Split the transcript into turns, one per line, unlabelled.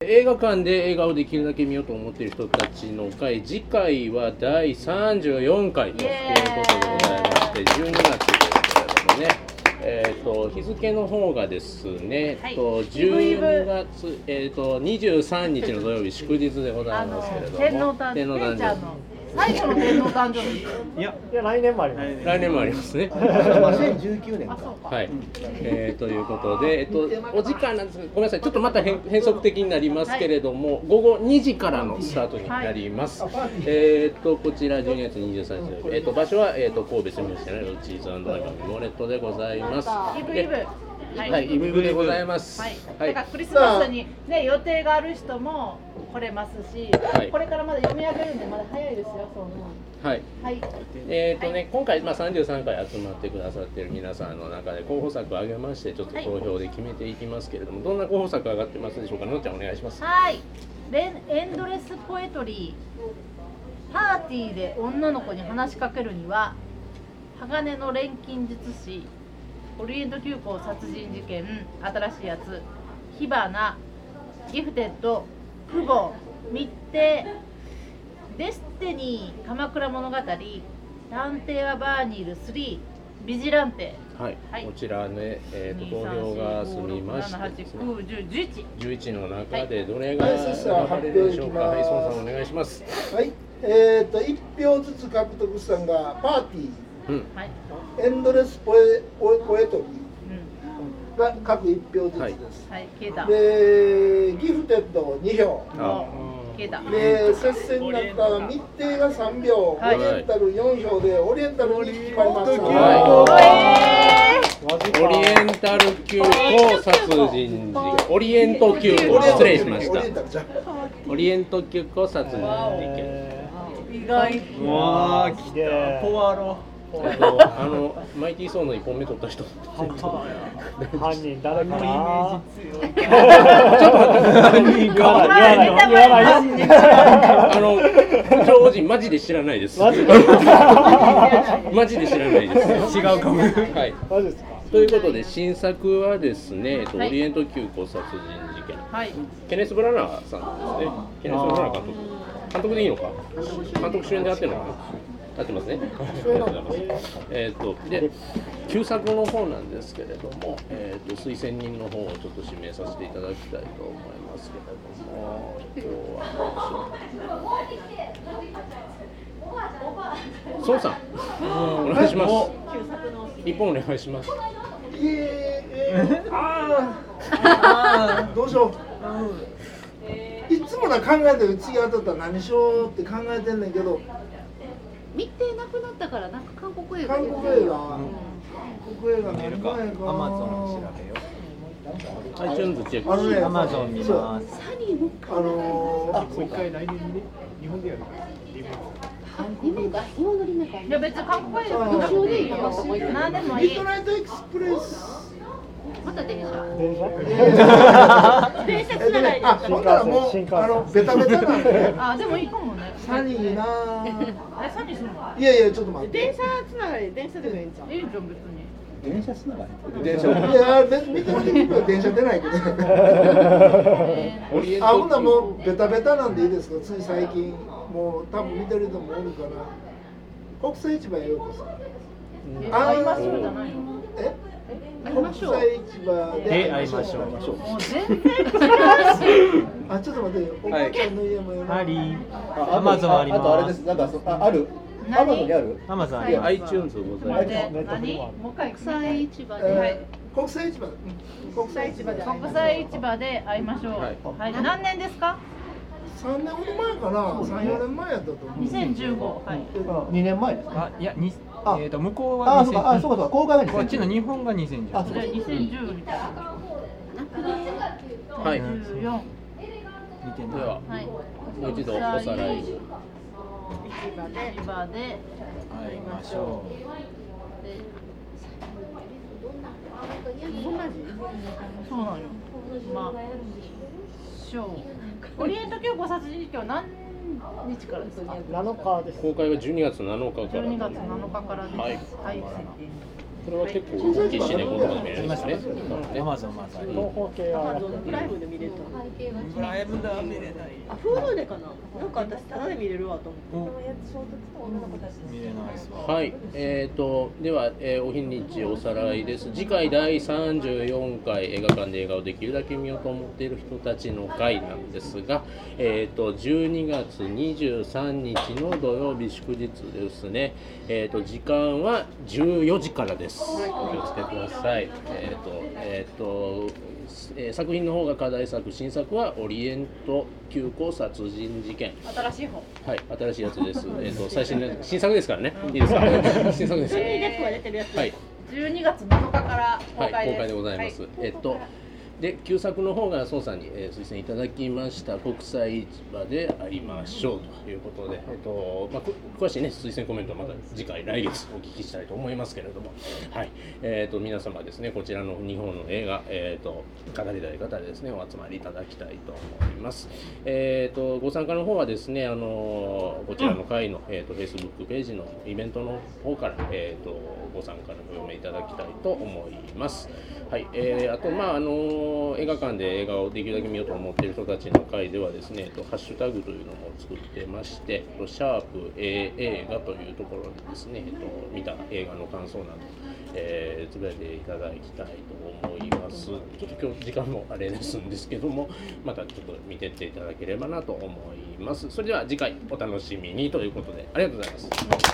映画館で映画をできるだけ見ようと思っている人たちの会次回は第34回ということでございまして12月ですけれどもね、えー、と日付の方がですね、
はい
えっと
イブイブ
12月、えー、と23日の土曜日祝日でござ
あ
い
の
ますけれども
天皇誕
天皇
生
誕
日ちゃん
生
の最初の天皇誕生日
いや、
いや来年もあります。
日来年もありますね
2019年
あ
か。
そうか、
はい、えー、ということで、えっと、お時間なんですが、ごめんなさい、ちょっとまた変変則的になりますけれども、午後2時からのスタートになります。えっと、こちら12月23日の、えっと、場所は、えっと、神戸住吉市のロッチーズ中身モレットでございます。
イブイブ
え
は
はい、イブイブでございます。
はい、
は
だ
い
から、クリスマスに、ね、予定がある人も来れますし、
はい
これからまだ読み上げるんでまだ早いですよそう思
はい、
うはい
えーとね、今回、まあ、33回集まってくださってる皆さんの中で候補作を挙げましてちょっと投票で決めていきますけれども、どんな候補作上がってますでしょうかのんちゃんお願いします。
はいレンエンドレスポエトリーパーティーで女の子に話しかけるには鋼の錬金術師オリエント急行殺人事件新しいやつ火花ギフテッド父母密偵デスティニー鎌倉物語探偵はバーニール3ビジランテ
はい、
はい
こちらね、えー、と投票が済みましてですね、
11
11の中でどれが
はいはいそしたら
選ば
発
れ
表
るでしょうか、は
い
い、
きます
孫さんお願いします。
はい、えっ、と、一票ずつ獲得したのが、パーティ
うん、
はい、
ー、エンドレスポエ、ポエ、ポエトリ
う
ーが各一票ずつです
ん、。はい消えた
で、ギフテッド二票。
あ、
消えた
で、接戦になった日程が三票、オ
はい
リエンタル四票で、オリエンタルに決まりました。
は
え
オリエンタル急行殺人事件、オリエント急行失礼しまし
オ
た
リエ。ンタルじゃん。
オリエント急行殺人事件。
ー、意外
うわー、来
すげえ
た、ポワロ。
えっと、あの、マイティーソーの1本目取った人。ちょっと
犯人誰かな。
待って、
言わない言わない言わない。
あの、超人マジで知らないです。
マジで
マジで知らないです。違うかも。はい。
マジですか。
ということで新作はですね、えっと
はい
オリエント急行殺人事件
はい
ケネス・ブラナーさんですねケネス・ブラナー監督監督でいいのか監督主演で合ってるのかな合ってますねありがとうございますえっとで旧作の方なんですけれども、えっと推薦人の方をちょっと指名させていただきたいと思いますけれども今日はどうしよう孫さんお願いします一本お願いします
いえ えー、あーあーどうしよう、いつもな考えてる次当たったら何しようって考えてんねんけど
見てなくなったからなんか韓国映画
韓
で
国映画、韓国映画
出
何
る
も
か、
な
ア
いか
マゾン調べよ
iTunes チェッ
あの
ク
ね
う。アマゾン見ま
そう
す。
サニーも
あのー、
あ日本が日本のりなんか
いや別にかっこいいよ
あー
途中でいいよもう一回
何でもい
ミッ
い
ドナイトエクスプレ ス
また電車
電車。
電 車
えっ
つ
と
ながり
ね
で
あほんならも
新幹
う
線
あのベタベタなんで
あでもいいかもね
サニーなー
えサニーするの
いやいやちょっと待って
電車つながりで電車でもいいんちゃう
いいじゃん別に
電車つなが
電
い
車
やで見ても見ても電車出ないけど
え
オリエン
あほんな
ト
らもうベタベタなんでいいですかつい最近もう多分見てる人もおるから国際市場へようこそ
ー、
あ
会いましょうじゃないのも
え
会いましょう
国際市場で
で会いましょう
う全然違うし
あちょっと待ってよおばあちゃんの家もよな、
あり。
あ
アマゾンありま
あ
す。
とあれです。なんかそあある。
何
アマゾンにある。
アマゾンあ
い
り
や
ます。
iTunes ござい
待
ま
って
ネットフ
何
リマ
もう一回
国際市場で、
えー国際市場うん国際市場じゃない
国際市場で会いましょう、
は
はいい何年ですか
3年ほど前かな三四年前やったと思う
2015はい
二年前ですね。
あ、いや、に、
あ
えっと、向こう
あ
は
あそうかあそうかそうか公開が
こっちの
2000
日本が2010
あ
じゃあ2010みたいな
す。はい。
14
見
で
て
は
な、
はい
もう一度おさらい。
市場で
会いましょう。
そうなんよ。まあ、ショー。オリエント急行殺人事件は何日からですか。
七日です。
公開は12月7日から。
12月7日からです。
はい
はい。
これは結構大きいシネコンとかでもやりましたね。
アマゾンまずあり
東方系
ア
は
マゾンプライムで見れた。
プライムだ見れない
あ、フードでかな。なんか私タダで見れるわと思って。
お見れないっすわ
はい、えー、とでは、えーお日にちおさらいです次回第34回映画館で映画をできるだけ見ようと思っている人たちの会なんですが、えー、と12月23日の土曜日祝日ですね、えー、と時間は14時からですお気をつけください、えーとえーとえー作品の方が課題作新作は「オリエント急行殺人事件」
新しい方。
はい、新しいやつです。えっ、と、最新のやつ新作ですからね。いいですか。新作です
ジョニ。ー・デップが出てるやつ。
はい、
12月7日から公
はい、公
開です。
開でございます。えっと。で、旧作の方が孫さんに、えー推薦いただきました国際市場でありましょうということで、えっとまあ、く詳しい、ね、推薦コメントはまた次回、来月お聞きしたいと思いますけれども、はいえっと皆様ですね、こちらの日本の映画、えっと語りたい方でですね、お集まりいただきたいと思います。えっとご参加の方はですね、あのこちらの会の、えっと Facebook ページのイベントの方から、えっとご参加のご表明いただきたいと思います。はい、えーあと、まああの映画館で映画をできるだけ見ようと思っている人たちの会ではですね、えっと、ハッシュタグというのも作ってまして、えっとシャープ A 映画というところでですね、えっと、見た映画の感想など、えーつぶやいていただきたいと思います。ちょっと今日時間もあれですんですけども、またちょっと見てっていただければなと思います。それでは次回お楽しみにということで、ありがとうございます。